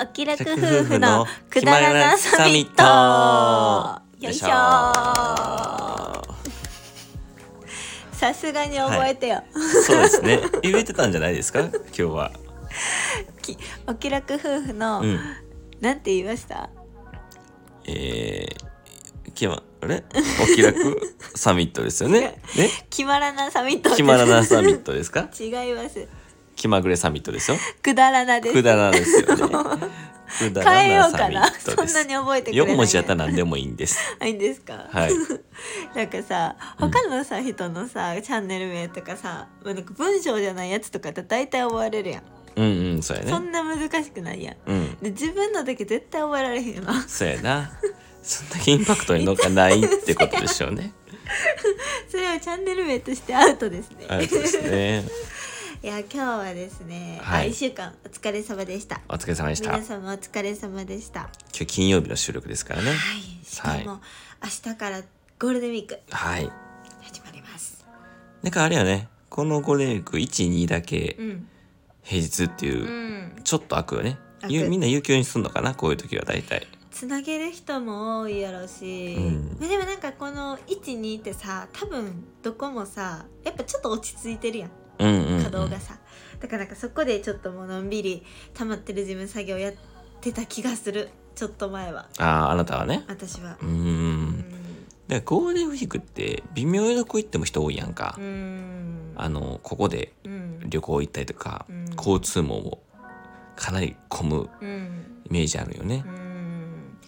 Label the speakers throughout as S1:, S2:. S1: お気楽夫婦のくだらなサミットよいしょさすがに覚えてよ、
S2: そうですね言えてたんじゃないですか今日は
S1: きお気楽夫婦の、
S2: うん
S1: なんて言いました
S2: えー、きまあれお気楽 サミットですよねね
S1: 決まらなサミットです
S2: 気まらなサミットですか
S1: 違います
S2: 気まぐれサミットですよ
S1: くだらなです
S2: くだらなですよねくだ
S1: 変えよ
S2: ら
S1: うか
S2: なサミ
S1: な
S2: ッ
S1: そ
S2: ト
S1: ん
S2: です
S1: なに覚えてくれない
S2: 4文字やったら何でもいいんです
S1: いいんですか、
S2: はい
S1: なんかさ
S2: うん
S1: 他のさ、人のさチャンネル名とかさなんか文章じゃないやつとかって大体覚えれるやん、
S2: うんうんそうや
S1: そ
S2: ね
S1: んな難しくないやん
S2: うん
S1: で自分のだけ絶対覚えられへんよな
S2: そうやなそんだけインパクトに乗っかないってことでしょ うね
S1: それをチャンネル名としてアウトですね
S2: ありがとうございますね
S1: いや今日はですね、
S2: はい
S1: あ1週間お疲れ様でした
S2: お疲れ様でした
S1: 皆
S2: 今
S1: 様お疲れ様でしたは
S2: 日金曜日の収録ですからね
S1: いしかも、明日からゴールデンウィーク
S2: はい
S1: 始まります
S2: なんかあれやねこのゴールデンウィーク12だけ
S1: うん
S2: 平日っていうう、
S1: ん
S2: ちょっと開くよね
S1: 開く
S2: ゆみんな有給にすんのかなこういう時は大体
S1: つなげる人も多いやろうし、
S2: うん
S1: まあでもなんかこの12ってさ多分どこもさやっぱちょっと落ち着いてるやん
S2: うんうん、うん、
S1: 稼働がさ、だからなんかそこでちょっともうのんびり溜まってる事務作業やってた気がするちょっと前は
S2: あああなたはね
S1: 私は
S2: うー
S1: うんん
S2: でゴールデンウィークって微妙なとこ行っても人多いやんか、
S1: うん
S2: あのここで
S1: うん
S2: 旅行行ったりとか、
S1: うん
S2: 交通網もかなり混む
S1: うん
S2: イメージあるよね
S1: う、ん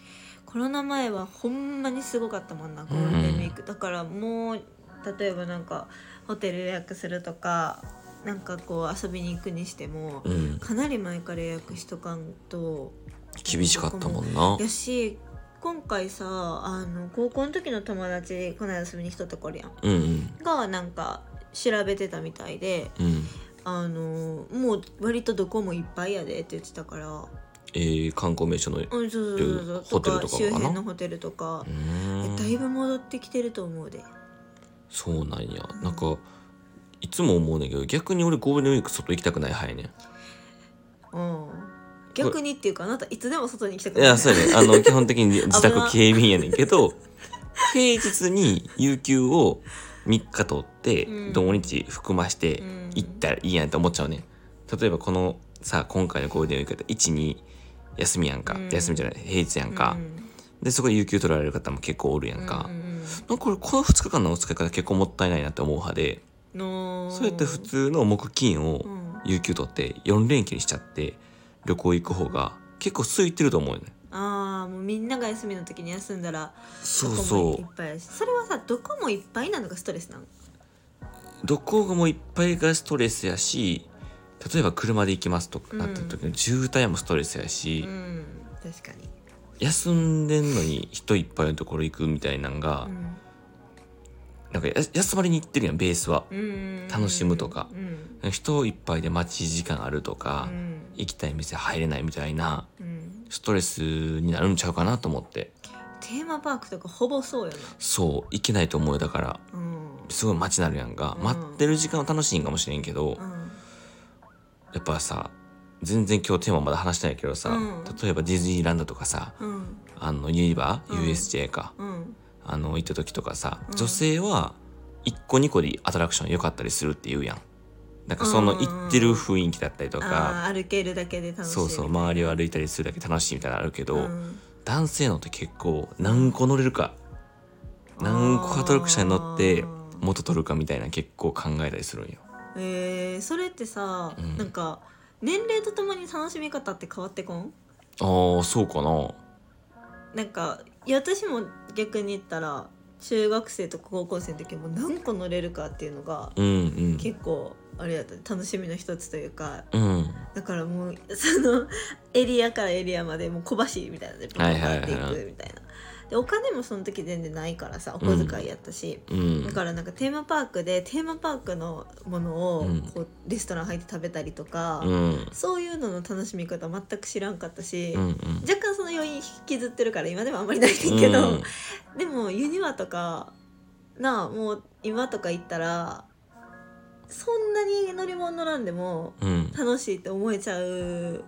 S1: コロナ前はほんまにすごかったもんなゴールデンウィーク、だからもう例えばなんかホテル予約するとかなんかこう遊びに行くにしても
S2: うん
S1: かなり前から予約しとかんと
S2: 厳しかったもんな
S1: やし今回さあの高校の時の友達この間遊びに来とった子おるやん
S2: うんうん
S1: がなんか調べてたみたいで
S2: うん
S1: あのもう割とどこもいっぱいやでって言ってたから
S2: えー、観光名所のう
S1: うんそうそうそうそう
S2: ホテルとかかな
S1: 周辺のホテルとか
S2: ー、ん
S1: えだいぶ戻ってきてると思うで
S2: そうなんやなんかいつも思うねんだけど逆に俺ゴールデンウィーク外行きたくない派やねん
S1: うん逆にっていうかあなたいつでも外に行きたく
S2: いや、そうやね。あの、基本的に自
S1: 危な
S2: 宅警備員やねん けど、平日に有給を3日取って、
S1: うん
S2: 土日含まして
S1: うん、
S2: 行ったらいいやんって思っちゃうねん。例えばこの、さ、今回のゴールデンウィークだと1、2、休みやんか、
S1: うん
S2: 休みじゃない平日やんか、
S1: うん
S2: でそこで有給取られる方も結構おるやんか、
S1: うんうん
S2: なんかこれこの2日間の使い方結構もったいないなって思う派で
S1: うんの
S2: そうやって普通の木金を
S1: うん
S2: 有給取って4連休にしちゃって旅行行く方が結構空いてると思うよね
S1: ああもうみんなが休みの時に休んだらど
S2: そ
S1: こ
S2: う
S1: も
S2: そう
S1: いっぱいやしそれはさどこもいっぱいなのがストレスなの
S2: どこもいっぱいがストレスやし例えば車で行きますとかなった時の渋滞もストレスやし
S1: う、ん確かに、
S2: 休んでんのに人いっぱいのところ行くみたいなんが、
S1: うん
S2: なんかや休まりに行ってるやんベースは、
S1: うん、
S2: 楽しむとか
S1: うん
S2: 人いっぱいで待ち時間あると
S1: う
S2: か、
S1: ん
S2: 行きたい店入れないみたいな
S1: うん、
S2: ストレスになるんちゃうかなと思って
S1: テーマパークとかほぼそうよ
S2: そう行けないと思うよだから
S1: なうん、
S2: すごい待ちになるやんが、
S1: うん
S2: 待ってる時間は楽しいんかもしれんけ
S1: う
S2: ど、
S1: ん、
S2: やっぱさ全然今日テーマまだ話してないけどさ、
S1: うん
S2: 例えばディズニーランドとかさ
S1: うん
S2: あのユニバー、
S1: うん
S2: USJ か
S1: うん
S2: あの行った時とかさ、
S1: うん
S2: 女性は1個2個でアトラクション良かったりするって言うやんなんかその
S1: うんうんうん
S2: 行ってる雰囲気だったりとか、
S1: あー歩けるだけで楽しい
S2: そうそう
S1: ま
S2: 周りを歩いたりするだけ楽しいみたいなのあるけど、
S1: うん
S2: 男性のって結構何個乗れるか何個アトラクションに乗って
S1: あー
S2: 元取るかみたいな結構考えたりするんよ。
S1: えー、それってさ、
S2: うん
S1: なんか年齢とともに楽しみ方って変わってこん
S2: あーそうかな
S1: なんかいや私も逆に言ったら中学生とか高校生の時も何個乗れるかっていうのが
S2: うんうん。
S1: 結構あれやった楽しみの一つというか
S2: うん
S1: だからもうその エリアからエリアまでもう小走りみたいなのでパンパンっていくみたいな、
S2: はいはい
S1: でお金もその時全然ないからさお小遣いやったし、
S2: うん
S1: だからなんかテーマパークでテーマパークのものを
S2: うん
S1: こうレストラン入って食べたりとか、
S2: うん
S1: そういうのの楽しみ方全く知らんかったし、
S2: うん うん
S1: 若干その余韻引きずってるから今でもあんまりないねんけど、
S2: うん
S1: でもユニバとかなあもう今とか行ったらそんなに乗り物乗らんでも
S2: うん
S1: 楽しいって思えちゃう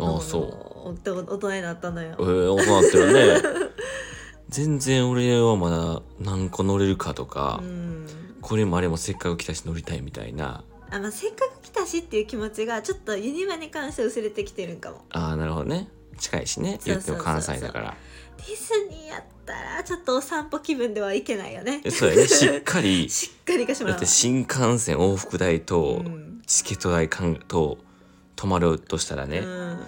S2: ああそう
S1: う大人になったのよ
S2: ええー、大人になってるね 全然俺はまだ何個乗れるかとか、
S1: うん
S2: これもあれもせっかく来たし乗りたいみたいな
S1: あまあ、せっかく来たしっていう気持ちがちょっとユニバに関して薄れてきてるんかも
S2: ああなるほどね近いしね
S1: そう
S2: 言
S1: そうそう
S2: っても関西だから
S1: ディズニーやったらちょっとお散歩気分ではいけないよね
S2: えそ うやねしっかり
S1: しっかり行かしても
S2: だ
S1: ら
S2: っ
S1: う
S2: て新幹線往復代と、
S1: うん
S2: チケット代かんと泊まるとしたらね、
S1: うん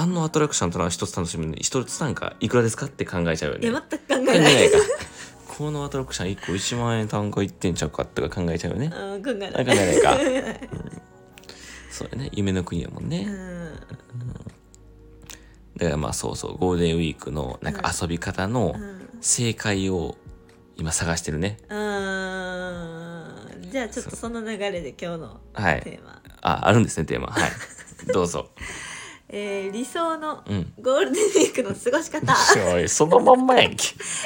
S2: あのアトラクションとの一つ楽しみに一つなんかいくらですかって考えちゃうよ
S1: いや
S2: ね
S1: 全。く考え
S2: 考え
S1: ない
S2: ないかこのアトラクション1個1万円単価いってんちゃうかとか考えちゃうよね。
S1: うん考えない
S2: あ考えない かそうやね夢の国やもん
S1: う
S2: ね。
S1: ん
S2: だからまあそうそうゴールデンウィークのなんか遊び方の
S1: うん
S2: 正解を今探してるね。
S1: あーじゃあちょっとその流れで今日の
S2: はい
S1: テーマ、
S2: ああるんですねテーマ。はい どうぞ。
S1: えー理想の
S2: うん。
S1: ゴールデンウィークの過ごし 方
S2: おいそのまんまやんけ。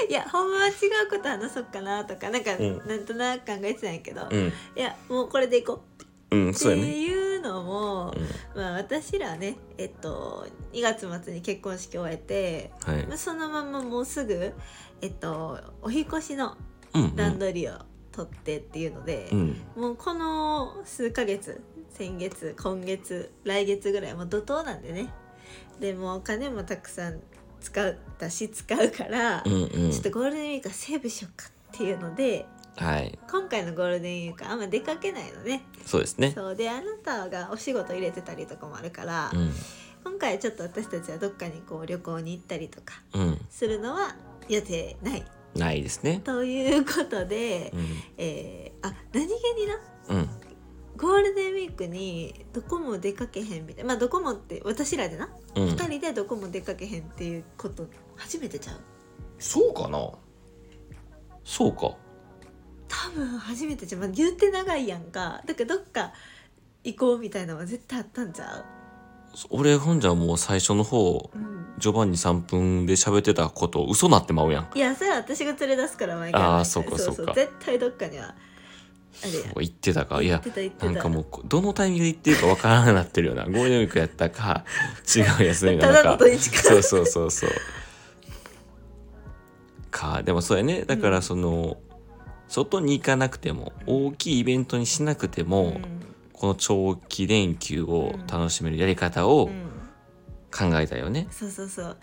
S1: いやほんまは違うこと話そうかなとかなんか、
S2: うん
S1: なんとなく考えてたんやけど、
S2: う
S1: い
S2: ん
S1: やもうこれでいこう
S2: うん
S1: っ
S2: そう
S1: て
S2: やね。
S1: いうのも、
S2: う
S1: まあ私らねえっと2月末に結婚式を終えて、
S2: んはい
S1: まあ、。そのままもうすぐえっとお引越しの
S2: うんうん
S1: 段取りを取ってっていうので
S2: う、ん。
S1: もうこの数ヶ月先月今月来月ぐらいもう怒涛なんでねでもうお金もたくさん使ったし使うから、
S2: うんうん
S1: ちょっとゴールデンウィークはセーブしようかっていうので
S2: はい
S1: 今回のゴールデンウィークはあんま出かけないのね
S2: そうですね
S1: そうであなたがお仕事入れてたりとかもあるから、
S2: うん
S1: 今回ちょっと私たちはどっかにこう旅行に行ったりとか
S2: うん
S1: するのは予定ない
S2: ないですね
S1: ということで、
S2: うん
S1: えーあ何気にな
S2: うん
S1: ゴールデンウィークにどこも出かけへんみたいなまあどこもって私らでな、
S2: う
S1: 二
S2: ん
S1: 人でどこも出かけへんっていうこと初めてちゃう
S2: そうかなそうか
S1: 多分初めてちゃう、まあ、言うて長いやんかだからどっか行こうみたいなのは絶対あったんちゃ
S2: 俺ほんじゃもう最初の方
S1: う、うん、
S2: 序盤に3分で喋ってたこと嘘なってまうや
S1: い
S2: ん
S1: やそれは私が連れ出すから毎回
S2: あーそうかそうか
S1: 絶対どっかにはあれや
S2: そう言ってたかい
S1: 言っ
S2: や
S1: てた言ってた
S2: なんかもうこどのタイミングで言ってるかわからなくなってるよなゴールデンウィークやったか違う休みな
S1: た
S2: の
S1: だの
S2: か
S1: 土日か
S2: そうそうそうそうかでもそうやねだからその、外に行かなくても大きいイベントにしなくても、
S1: う
S2: この長期連休を楽しめるやり方を
S1: んうん
S2: 考えたよね。
S1: そうそうそう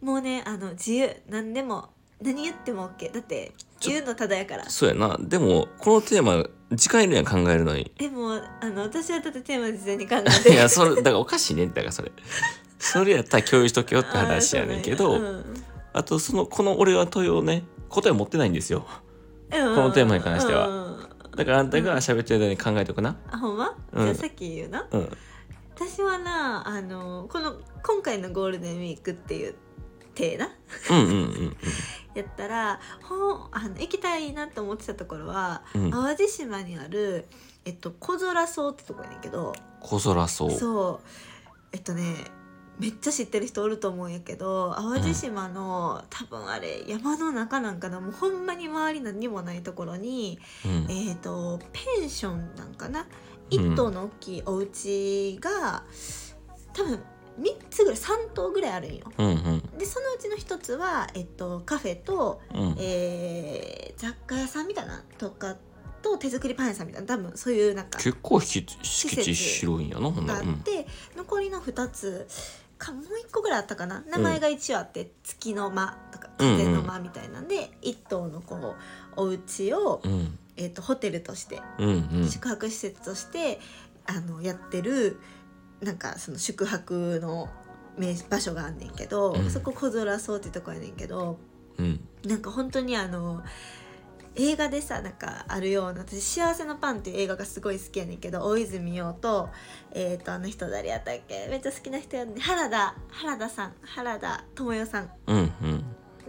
S1: もうねあの自由何でも何言っても OK だって
S2: ちょ
S1: 言うのただやから
S2: そうやな。でも、このテーマ、時間いるやん、考えるのに。
S1: でもあの私はだってテーマ事前に考え
S2: い
S1: て
S2: や、それ、だからおかしいね、だからそれ。それやったら共有しとけよって話やねんけ
S1: あー
S2: ど、あと、その、この俺は問いをね、答え持ってないんですよ。
S1: そうなんやうんうん
S2: このテーマに関しては
S1: うん
S2: だからあんたが喋ってる間に考えとくな。
S1: あほんま、
S2: うん
S1: じゃあさっき言うな
S2: うん。
S1: 私はなあのこの今回のゴールデンウィークっていう体な
S2: うんうんうん
S1: やったらほんあの行きたいなと思ってたところは、
S2: うん。うん。
S1: 淡路島にある、えっと、小空荘ってとこやねんけど
S2: 小空そう。
S1: そうえっとねめっちゃ知ってる人おると思うんやけど淡路島の、多分あれ山の中なんかなもうほんまに周り何にもないところに、
S2: うん。
S1: えっとペンションなんかな
S2: うん
S1: 1棟の大きいお家が、多分3つぐらい3棟ぐらいあるんよ。
S2: うんうん。
S1: でそのうちの1つは、えっと、カフェと、
S2: うん。
S1: えー雑貨屋さんみたいなとかと手作りパン屋さんみたいな多分そういうなんか
S2: 結構敷地敷地広いんやな、ほんな
S1: があっ
S2: ら。うん。
S1: て、残りの2つかもう1個ぐらいあったかな名前が一応あって、月の間とか風の間みたいなんで、一棟のこうお家を、
S2: うん。
S1: えー、とホテルとして、
S2: うんうん。
S1: 宿泊施設としてあのやってるなんかその宿泊の名場所があんねんけど、
S2: うん
S1: そこ小空荘ってとこやねんけど
S2: うん。
S1: なんか本当にあの映画でさなんかあるような私「幸せのパン」っていう映画がすごい好きやねんけど大泉洋と,、えー、とあの人誰やったっけめっちゃ好きな人やねん原田原田さん原田智代さん
S2: うんうん。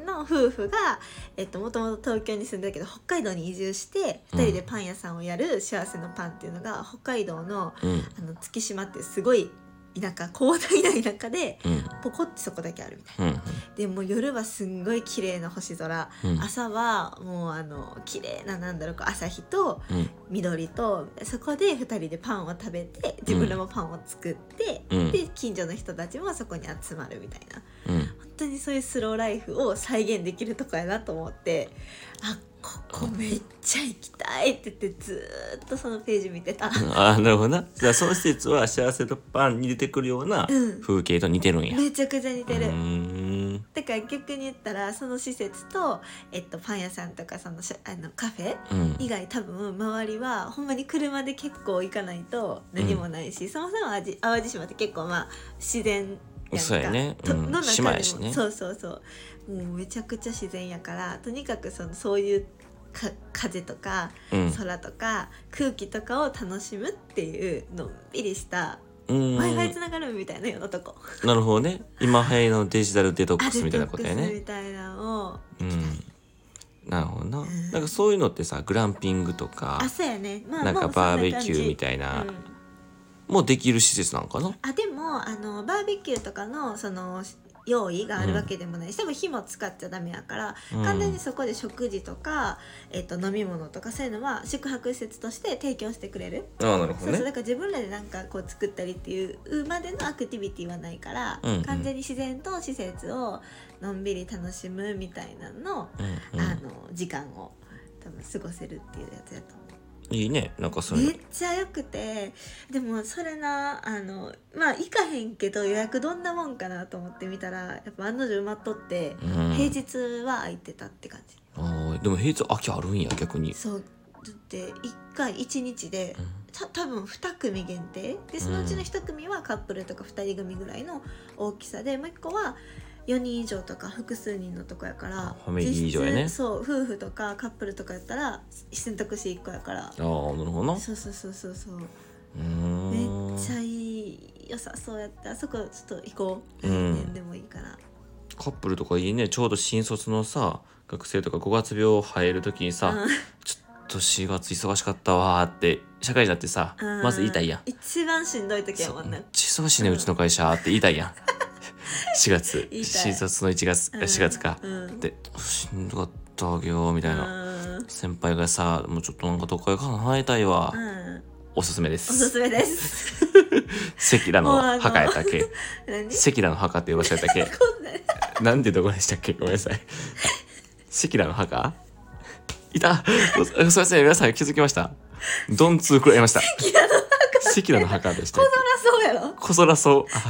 S1: の夫婦が、えっともともと東京に住んでたけど北海道に移住して
S2: うん
S1: 2人でパン屋さんをやる「幸せのパン」っていうのが北海道の
S2: うん。
S1: あの月島ってすごい田舎広大な田舎で
S2: うん
S1: ポコってそこだけあるみたい
S2: うんうん
S1: なでもう夜はすんごい綺麗な星空、
S2: うん
S1: 朝はもうあの綺麗ななんだろうこう朝日と
S2: うん
S1: 緑とそこで2人でパンを食べて自分らもパンを作って、
S2: うん
S1: で近所の人たちもそこに集まるみたいな
S2: うん
S1: 本当にそういうスローライフを再現できるとこやなと思ってあここめっちゃ行きたいって言ってずーっとそのページ見てた。
S2: あーなるほどなじゃあその施設は幸せとパンに出てくるような
S1: うん
S2: 風景と似てるんや、
S1: めちゃくちゃ似てる、
S2: うーん
S1: だから逆に言ったらその施設と、えっと、パン屋さんとかそのしあのカフェ
S2: うん
S1: 以外多分周りはほんまに車で結構行かないと何もないし、そもそも淡路淡路島って結構まあ自然やんか
S2: そうやね
S1: と
S2: うん
S1: の中で
S2: 島
S1: も、
S2: やしね
S1: そうそうそうもうめちゃくちゃ自然やからとにかくそのそういうか風とか
S2: うん
S1: 空とか空気とかを楽しむっていうのんびりした
S2: うん
S1: w i f i つながるみたいなようなとこ。
S2: なるほどね今流行りのデジタルデトッ
S1: あ
S2: クスみたいなこと
S1: デ
S2: や
S1: トックス
S2: ね
S1: みたいなのを
S2: うんなるほどな
S1: うん
S2: なんかそういうのってさグランピングとか
S1: あそうやねまあ
S2: なんかバーベキューみ
S1: い
S2: たいな
S1: うん
S2: もうできる施設なんかな
S1: あでもあのバーベキューとかのその用意があるわけでもないし、多分火も使っちゃダメやから、
S2: うん
S1: 完全にそこで食事とか、えっと飲み物とかそういうのは宿泊施設として提供してくれる、
S2: ああなる
S1: そうそうだから自分らでなんかこう作ったりっていうまでのアクティビティはないから、
S2: うんうん
S1: 完全に自然と施設をのんびり楽しむみたいなの,、
S2: うん
S1: あの時間を多分過ごせるっていうやつやと思う。
S2: うん、いいねなんかそう
S1: め
S2: い
S1: っちゃ良くてでもそれなあのまあ行かへんけど予約どんなもんかなと思ってみたらやっぱ案の定埋まっとって、
S2: う、うん、
S1: 平日は空いてたって感じ
S2: あーでも平日秋あるんや逆に
S1: そうだって1回1日で
S2: うん
S1: た多分2組限定でそのうちの1組はカップルとか2人組ぐらいの大きさでもう1個は4人以上とか複数人のとこやから
S2: ファミリー以上やね
S1: 実質そう夫婦とかカップルとかやったら選択肢1個やから
S2: ああなるほどなう
S1: そうそうそうそうそう
S2: ーん
S1: めっちゃいい良さそうやったあそこちょっと行こう来
S2: うん
S1: 年でもいいから、
S2: カップルとかいいねちょうど新卒のさ学生とか5月病入る時にさ、
S1: うん
S2: ちょっと4月忙しかったわーって社会人になってさ、
S1: うん
S2: まず言いたいやん
S1: 一番しんどい時や
S2: そ
S1: も
S2: うん
S1: ね
S2: めっちゃ忙しいねうちの会社って言いたいやん 4月
S1: 言いたい
S2: 新卒の1月、
S1: うん
S2: 4月か、
S1: うん
S2: でしんどかったわけよみたいな、
S1: うん
S2: 先輩がさもうちょっとなんか都会から離れたいわ、
S1: うん
S2: おすすめです
S1: おすすめです
S2: 関田
S1: もうあ
S2: の
S1: の
S2: 墓やったっけ
S1: 何
S2: 関田の墓って呼ばせたっけ
S1: こんな
S2: なんてどこでしたっけごめんなさい 関田の墓いたおすいません皆さん気づきましたドンツーくらいました関田の墓でしたっけ
S1: そうやろ
S2: こそらそうあ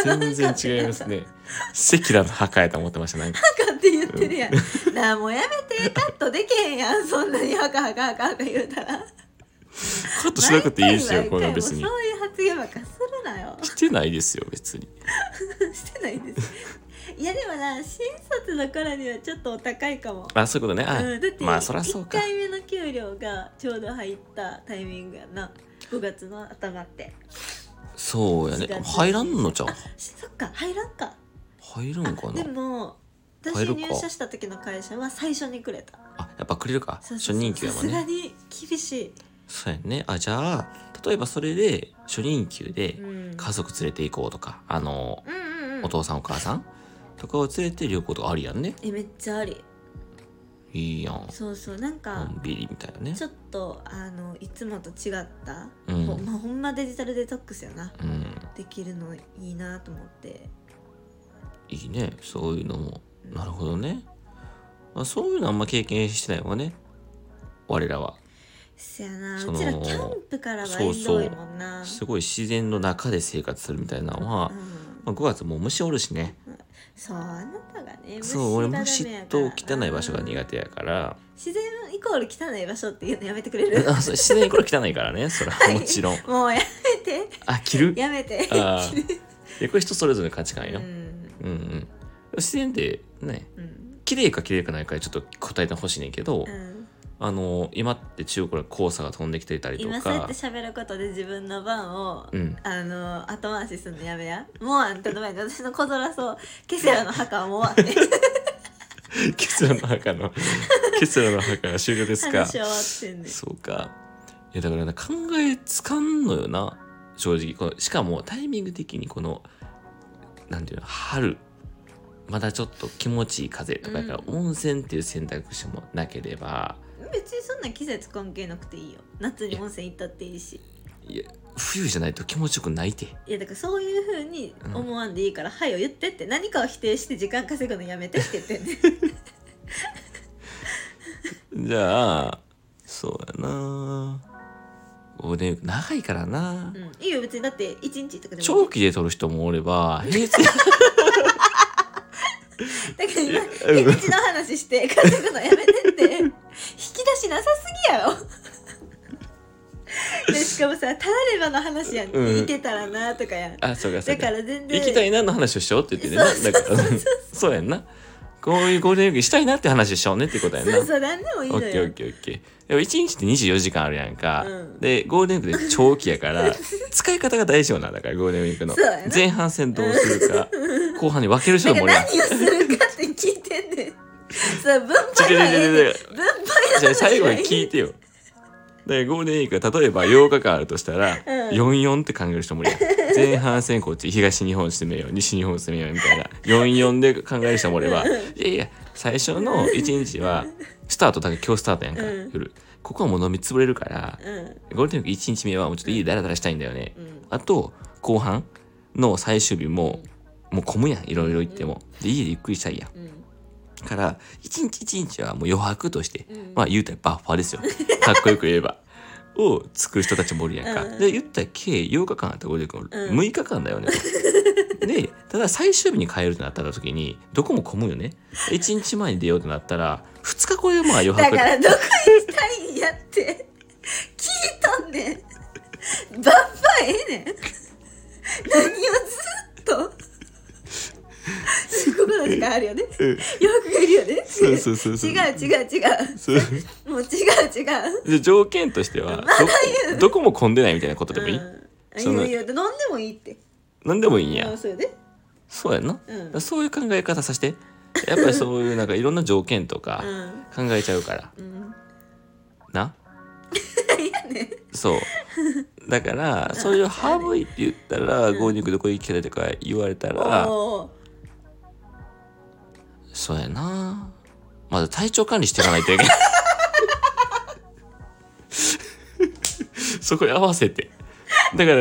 S1: 関谷の
S2: 全然違いますね関田の墓やと思ってましたなんか
S1: 墓って言ってるやん、なあもうやめてカットできへんやんそんなにハカハカハカハカ言うたら
S2: カットしなくていいですよ
S1: 毎回
S2: こんな別に
S1: もうそういう発言ばっかするなよ
S2: してないですよ別に
S1: してないです。 いやでもな新卒の頃にはちょっとお高いかも。
S2: あそういうことねあ、
S1: うん、だって
S2: まあそらそう
S1: 1
S2: か
S1: 回目の給料がちょうど入ったタイミングやな5月の頭って
S2: そうやね入らんのじゃん
S1: しそっか入らんか
S2: 入るんかな
S1: でも
S2: 入
S1: 私
S2: るか
S1: 入社した時の会社は最初にくれた
S2: あやっぱくれるか
S1: そう
S2: 初
S1: そうそう
S2: 任給やもん
S1: さすが
S2: ね
S1: に厳し
S2: そうやねあじゃあ例えばそれで初任給で
S1: い、うん、
S2: 家族連れて行こうとかあの
S1: うんうんうん
S2: お父さんお母さんとかを連れて旅行とかありやんね
S1: えめっちゃあり
S2: いいやん
S1: そうそうなんか
S2: のんびりみたいなね
S1: ちょっとあのいつもと違った、
S2: うん
S1: ほまあ、ほんまデジタルデトックスやな
S2: うん
S1: できるのいいなと思って
S2: いいねそういうのもなるほどね、まあ、そういうのあんま経験してないわね我らは
S1: そやな
S2: そうの
S1: ちらキャンプからは
S2: そう
S1: 遠
S2: そう
S1: 慮いもんな
S2: すごい自然の中で生活するみたいなのは、
S1: うん
S2: まあ、5月もう虫おるしね
S1: そうあなたがね
S2: そう俺虫
S1: がダメやか
S2: と
S1: ら
S2: 汚い場所が苦手やから
S1: 自然イコール汚い場所っていうのやめてくれる
S2: あそう自然これ汚いからねそれはもちろん
S1: もうやめて
S2: あ着る
S1: やめて
S2: あーいやこれ人それぞれの価値観
S1: う
S2: よ、
S1: ん
S2: うん、うん自然ってね
S1: うん
S2: 綺麗か綺麗かないかでちょっと答えてほしいねんけど、
S1: うん
S2: あの今って中国から黄砂が飛んできてたりと
S1: 今そうやっ
S2: か
S1: て喋ることで自分の番を、
S2: うん
S1: あの後回しすんのやめやもうあんたの前に私の小空そうケセラの墓はもう 終わって
S2: ケスラの 墓のケスラの墓は終了ですか
S1: 話終わってんねん
S2: そうかいやだからね考えつかんのよな正直このしかもタイミング的にこのなんていうの春まだちょっと気持ちいい風とかやから、温泉っていう選択肢もなければ
S1: 別にそんな季節関係なくていいよ夏に温泉行ったっていいし
S2: いや冬じゃないと気持ちよくないて
S1: いやだからそういう風に思わんでいいから「はい」を言ってって何かを否定して時間稼ぐのやめてって言ってんね
S2: じゃあそうやなゴールデンウィーク長いからな、
S1: うんいいよ別にだって一日とかでもい
S2: 長期で取る人もおれば平
S1: い
S2: 日
S1: だから今
S2: いやう
S1: 日
S2: ん
S1: にちの話して稼ぐのやめてって引き出しなさすぎやろでしかもさただればの話やん、
S2: うん
S1: いけたらなとかやん
S2: あそうかそ
S1: だ
S2: う
S1: か
S2: か
S1: ら全然
S2: 行きたいなの話をしようって言ってるなだからそうやんなこういうゴールデンウィークしたいなって話をしようねってことやんな
S1: そうそう何でもいい
S2: オ
S1: の
S2: ッケーオ
S1: よ
S2: ッケーオッケーでも1日って24時間あるやんか、
S1: うん
S2: でゴールデンウィークで長期やから 使い方が大事よなだからゴールデンウィークの
S1: そうやな
S2: 前半戦どうするか後半に分ける人
S1: だか
S2: もおる
S1: ら
S2: やん
S1: 何をするかって聞いてんねんさあ分配はええねん
S2: ちょちょちょち
S1: 分配
S2: ょじゃあ
S1: の話
S2: 最後
S1: はえ
S2: に
S1: えねん
S2: 聞いてよでゴールデンウィークが例えば8日間あるとしたら、
S1: うん
S2: 44って考える人もいるや ん前半戦こっち東日本攻めよう西日本攻めようみたいな44で考える人もおればいやいや最初の1日はスタートだけ今日スタートやんか、
S1: うん
S2: 夜ここはもう飲み潰れるから、
S1: うん
S2: ゴールデンウィーク1日目はもうちょっと家でダラダラしたいんだよね、
S1: うん
S2: あと後半の最終日ももう混むやんいろいろ行っても、で家でゆっくりしたいやん
S1: うん
S2: から一日一日はもう余白として、
S1: うん
S2: まあ言うたらバッファ ーですよかっこよく言えばを作る人たちもおるやんか、
S1: うんうん
S2: で言ったら計8日間あったゴールデンウィー
S1: う
S2: ク
S1: ん
S2: 6日間だ よね、でただ最終日に帰るとなった時にどこも混むよね1日前に出ようとなったら2日これまあ余
S1: だ
S2: 白
S1: からどこ行きたいんやって聞いとんねんバッファええねん何をずっとここの時間あるよねよく
S2: うん
S1: いるよね
S2: そうそうそうそう
S1: 違う違う違う
S2: そう
S1: もう違う違う
S2: で条件とし てはどどこも混んでないみたいなことでもいい、そ
S1: うん
S2: の
S1: いいよいいよ飲んでもいいって
S2: なんでもいいん
S1: う
S2: や
S1: んそれで
S2: そうやんな、
S1: うん
S2: そういう考え方させてやっぱりそういうなんかいろんな条件とか
S1: うん
S2: 考えちゃうから、
S1: うん
S2: な
S1: 何やねん
S2: そうだからそれを省いて言ったら「
S1: ん
S2: ゴーニングどこ行きたい?」とか言われたら
S1: おー
S2: そうやなまだ体調管理していかないといけない そこに合わせてだから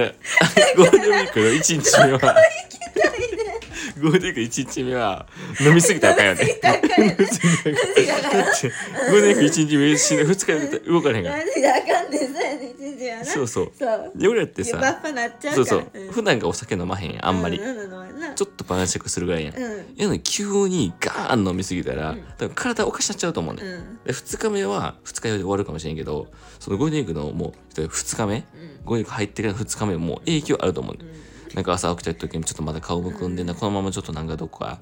S2: ゴールデンウィークの1日目はゴールデンウィーク1日目は飲みすぎたらあ かんよね
S1: だからだから
S2: だってゴールデンウィーク1日目し2日で動かれへんから
S1: マジであかんねんそうやねん一時はな
S2: そうそう
S1: そう
S2: 夜やって
S1: いや
S2: さ
S1: バッファなっちゃうから
S2: そうそう、
S1: ん
S2: 普段がお酒飲まへんやんあんまり、
S1: ううんうんうん
S2: ちょっと晩酌するぐらいやん、
S1: うん
S2: やのに急にガーン飲みすぎたら、
S1: うん
S2: 多分体おかしなっちゃうと思うね、
S1: うんん
S2: で2日目は2日酔いで終わるかもしれんけどそのゴールデンウィークのもう2日目
S1: うん
S2: ゴールデンウィーク入ってから2日目もう影響あると思うね、ん、なんか朝起きた時にちょっとまだ顔むくんでんな、このままちょっとなんかどこか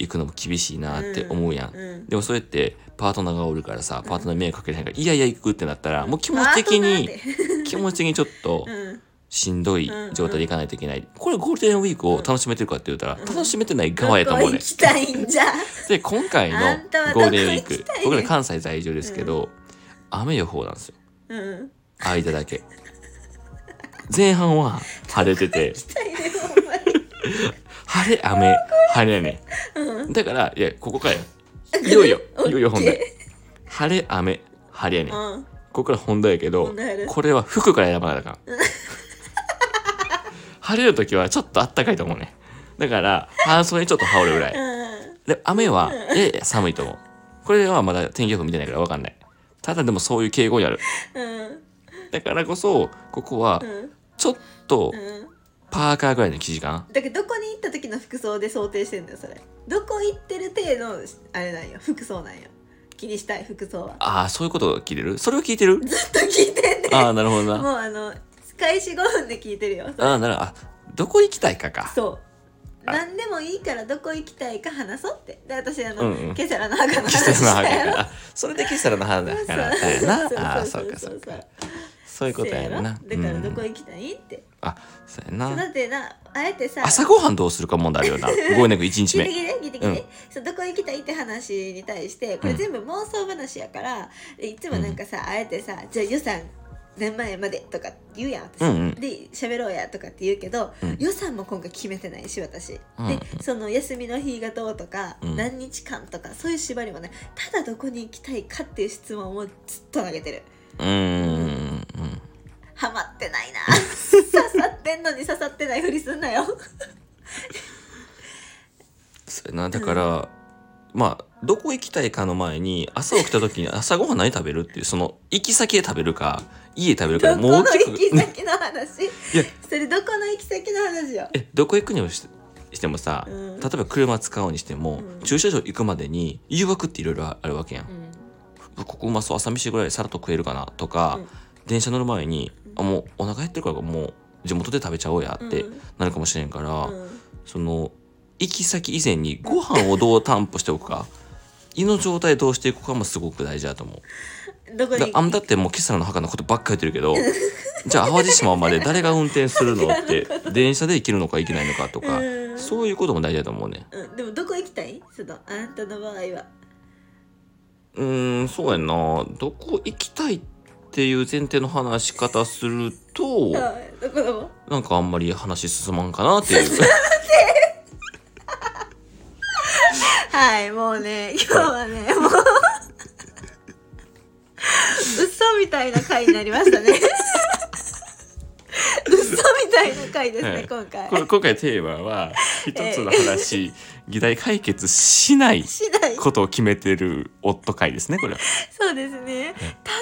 S2: 行くのも厳しいなって思うやん、
S1: うん
S2: でもそれってパートナーがおるからさパートナーに迷惑かけれへんから、いやいや行くってなったらもう気持ち的に
S1: パート
S2: 気持ち的にちょっと、
S1: ナーでうん
S2: しんどい状態でいかないといけない、これゴールデンウィークを楽しめてるかって言ったら、楽しめてない側やと思
S1: ど
S2: う
S1: こ
S2: ね
S1: 行きたいんじゃ
S2: で今回の
S1: あんたは
S2: ゴールデンウィー
S1: ど
S2: ク
S1: こ行きたいねん
S2: 僕ら関西在住ですけど、雨予報なんですよ
S1: うん
S2: 間だけ前半は晴れてて
S1: 行きたいねほんまに
S2: 晴れ雨晴れやねんだからいやここからよいよいよいよいよ本題晴れ雨晴れやねんこ
S1: うん
S2: こから本題やけど
S1: 本題やる
S2: これは服から選ばなあかん晴れる時はちょっとあったかいと思うねだから半袖にちょっと羽織るぐらい
S1: うん
S2: で雨はやや寒いと思うこれはまだ天気予報見てないから分かんないただでもそういう傾向にある
S1: うん
S2: だからこそここは
S1: うん
S2: ちょっと
S1: うん
S2: パーカーぐらいの生地感
S1: だけどどこに行った時の服装で想定してんだよそれどこ行ってる程度のあれなんよ服装なんよ気にしたい服装は
S2: ああそういうことが聞いてるそれを聞い てる
S1: ずっと聞いてんね
S2: ああなるほど
S1: も
S2: な
S1: うあの開始5分で聞いてるよ
S2: ああなるほどあどこ行きたいか か
S1: そう。
S2: あ
S1: 何でもいいからどこ行きたいか話そうって。で私あの、
S2: うんうん
S1: ケセラの墓の話
S2: キセラの
S1: した
S2: 墓
S1: やろ。
S2: からあそれでキセラの墓だからだよ
S1: そうそう
S2: なああーそうか
S1: そ
S2: そうう
S1: そ
S2: か
S1: う
S2: そういうことやな
S1: せやろだからどこ
S2: うん
S1: 行きたいって。
S2: あそうや
S1: そうだ
S2: な
S1: ってなあえてさ。
S2: 朝ごはんどうするか問題あるよ なゴールデンウィーク1日
S1: ギ
S2: 目
S1: リギリねギリギリね
S2: うん
S1: そうどこ行きたいって話に対してこれ全部妄想話やから、いつもなんかさ、あえてさじゃあ予算何万円までとか言うやん私、
S2: うんうん
S1: で喋ろうやとかって言うけど、
S2: うん
S1: 予算も今回決めてないし私、
S2: うん
S1: でその休みの日がどうとか、
S2: うん
S1: 何日間とかそういう縛りもないただどこに行きたいかっていう質問をずっと投げてる
S2: うーん
S1: ハマってない な刺さってんのに刺さってないふりすんなよ
S2: そうやなだから、まあどこ行きたいかの前に朝起きた時に朝ごはん何食べるっていうその行き先で食べるか家で食べる
S1: ど
S2: かで
S1: この
S2: もう
S1: 行
S2: 大きく
S1: き先の話
S2: いや
S1: それどこの行き先の話よ
S2: えどこ行くにもししてもさ、
S1: うん
S2: 例えば車使うにしても、
S1: うん
S2: 駐車場行くまでに誘惑っていろいろあるわけやん
S1: う、ん
S2: ここうまそう朝飯ぐらいさらっと食えるかなとか、
S1: うん
S2: 電車乗る前に、あもうお腹減ってるからもう地元で食べちゃおうやって
S1: うん
S2: なるかもしれんから、
S1: うん
S2: その行き先以前にご飯をどう担保しておくか胃の状態どうしていくかもすごく大事だと思う。
S1: どこに
S2: だあんだってもうキサラの墓のことばっか言ってるけど じゃあ淡路島まで誰が運転するの って電車で行けるのか行けないのかとか
S1: うん
S2: そういうことも大事だと思うね
S1: うん、でもどこ行きたいそのあんたの場合は
S2: うーんそうやんなどこ行きたいっていう前提の話し方すると
S1: うんどこでも
S2: なんかあんまり話進まんかなっていう
S1: はいもうね今日はねもう嘘みたいな回になりました ね嘘みたいな回ですね、
S2: はい
S1: 今回
S2: これ今回テーマは一つの話議題解決しない
S1: しない
S2: ことを決めてる夫会ですねこれは
S1: そうですねた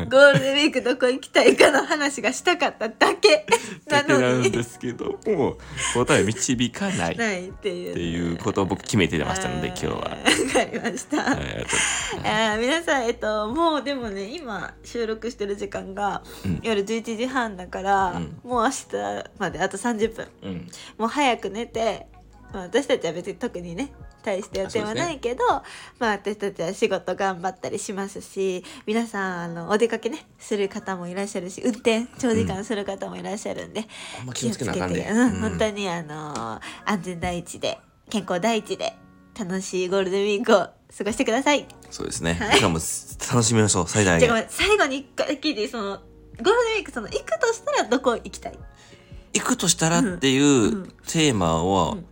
S1: だゴールデンウィークどこ行きたいかの話がしたかっただけな
S2: だけ な
S1: の
S2: ん
S1: に
S2: ですけども答え導かない
S1: ないっていう
S2: っていうことを僕決めてましたので今日は。
S1: わかりました、
S2: はいありがと
S1: あー皆さんえっともうでもね今収録してる時間が
S2: うん
S1: 夜11時半だから、
S2: うん
S1: もう明日まであと30分
S2: ううん
S1: もう早く寝て、まあ、私たちは別に特にね大した予定はないけど、まあ私たちは仕事頑張ったりしますし皆さんあのお出かけねする方もいらっしゃるし運転長時間する方もいらっしゃるんで、
S2: あんま気をつけなあかんで、
S1: うん本当
S2: に
S1: にあの安全第一で健康第一で楽しいゴールデンウィークを過ごしてください。
S2: そうですね、
S1: はい
S2: 僕らも楽しみましょう最大
S1: じ
S2: 限
S1: ゃあごめん最後に一回聞いていいそのゴールデンウィークその行くとしたらどこ行きたい
S2: 行くとしたらっていううんテーマは、
S1: ん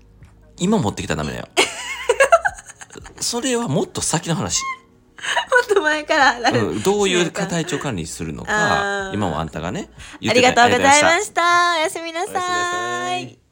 S2: 今持ってきたらダメだよ それはもっと先の話、
S1: もっと前からなる、
S2: うん、どういう
S1: 形
S2: 体調管理するの
S1: あ
S2: か
S1: ー
S2: 今もあんたがね
S1: ありがとうございま
S2: し
S1: したおやすみな
S2: おやすみな
S1: さ
S2: さ
S1: い
S2: い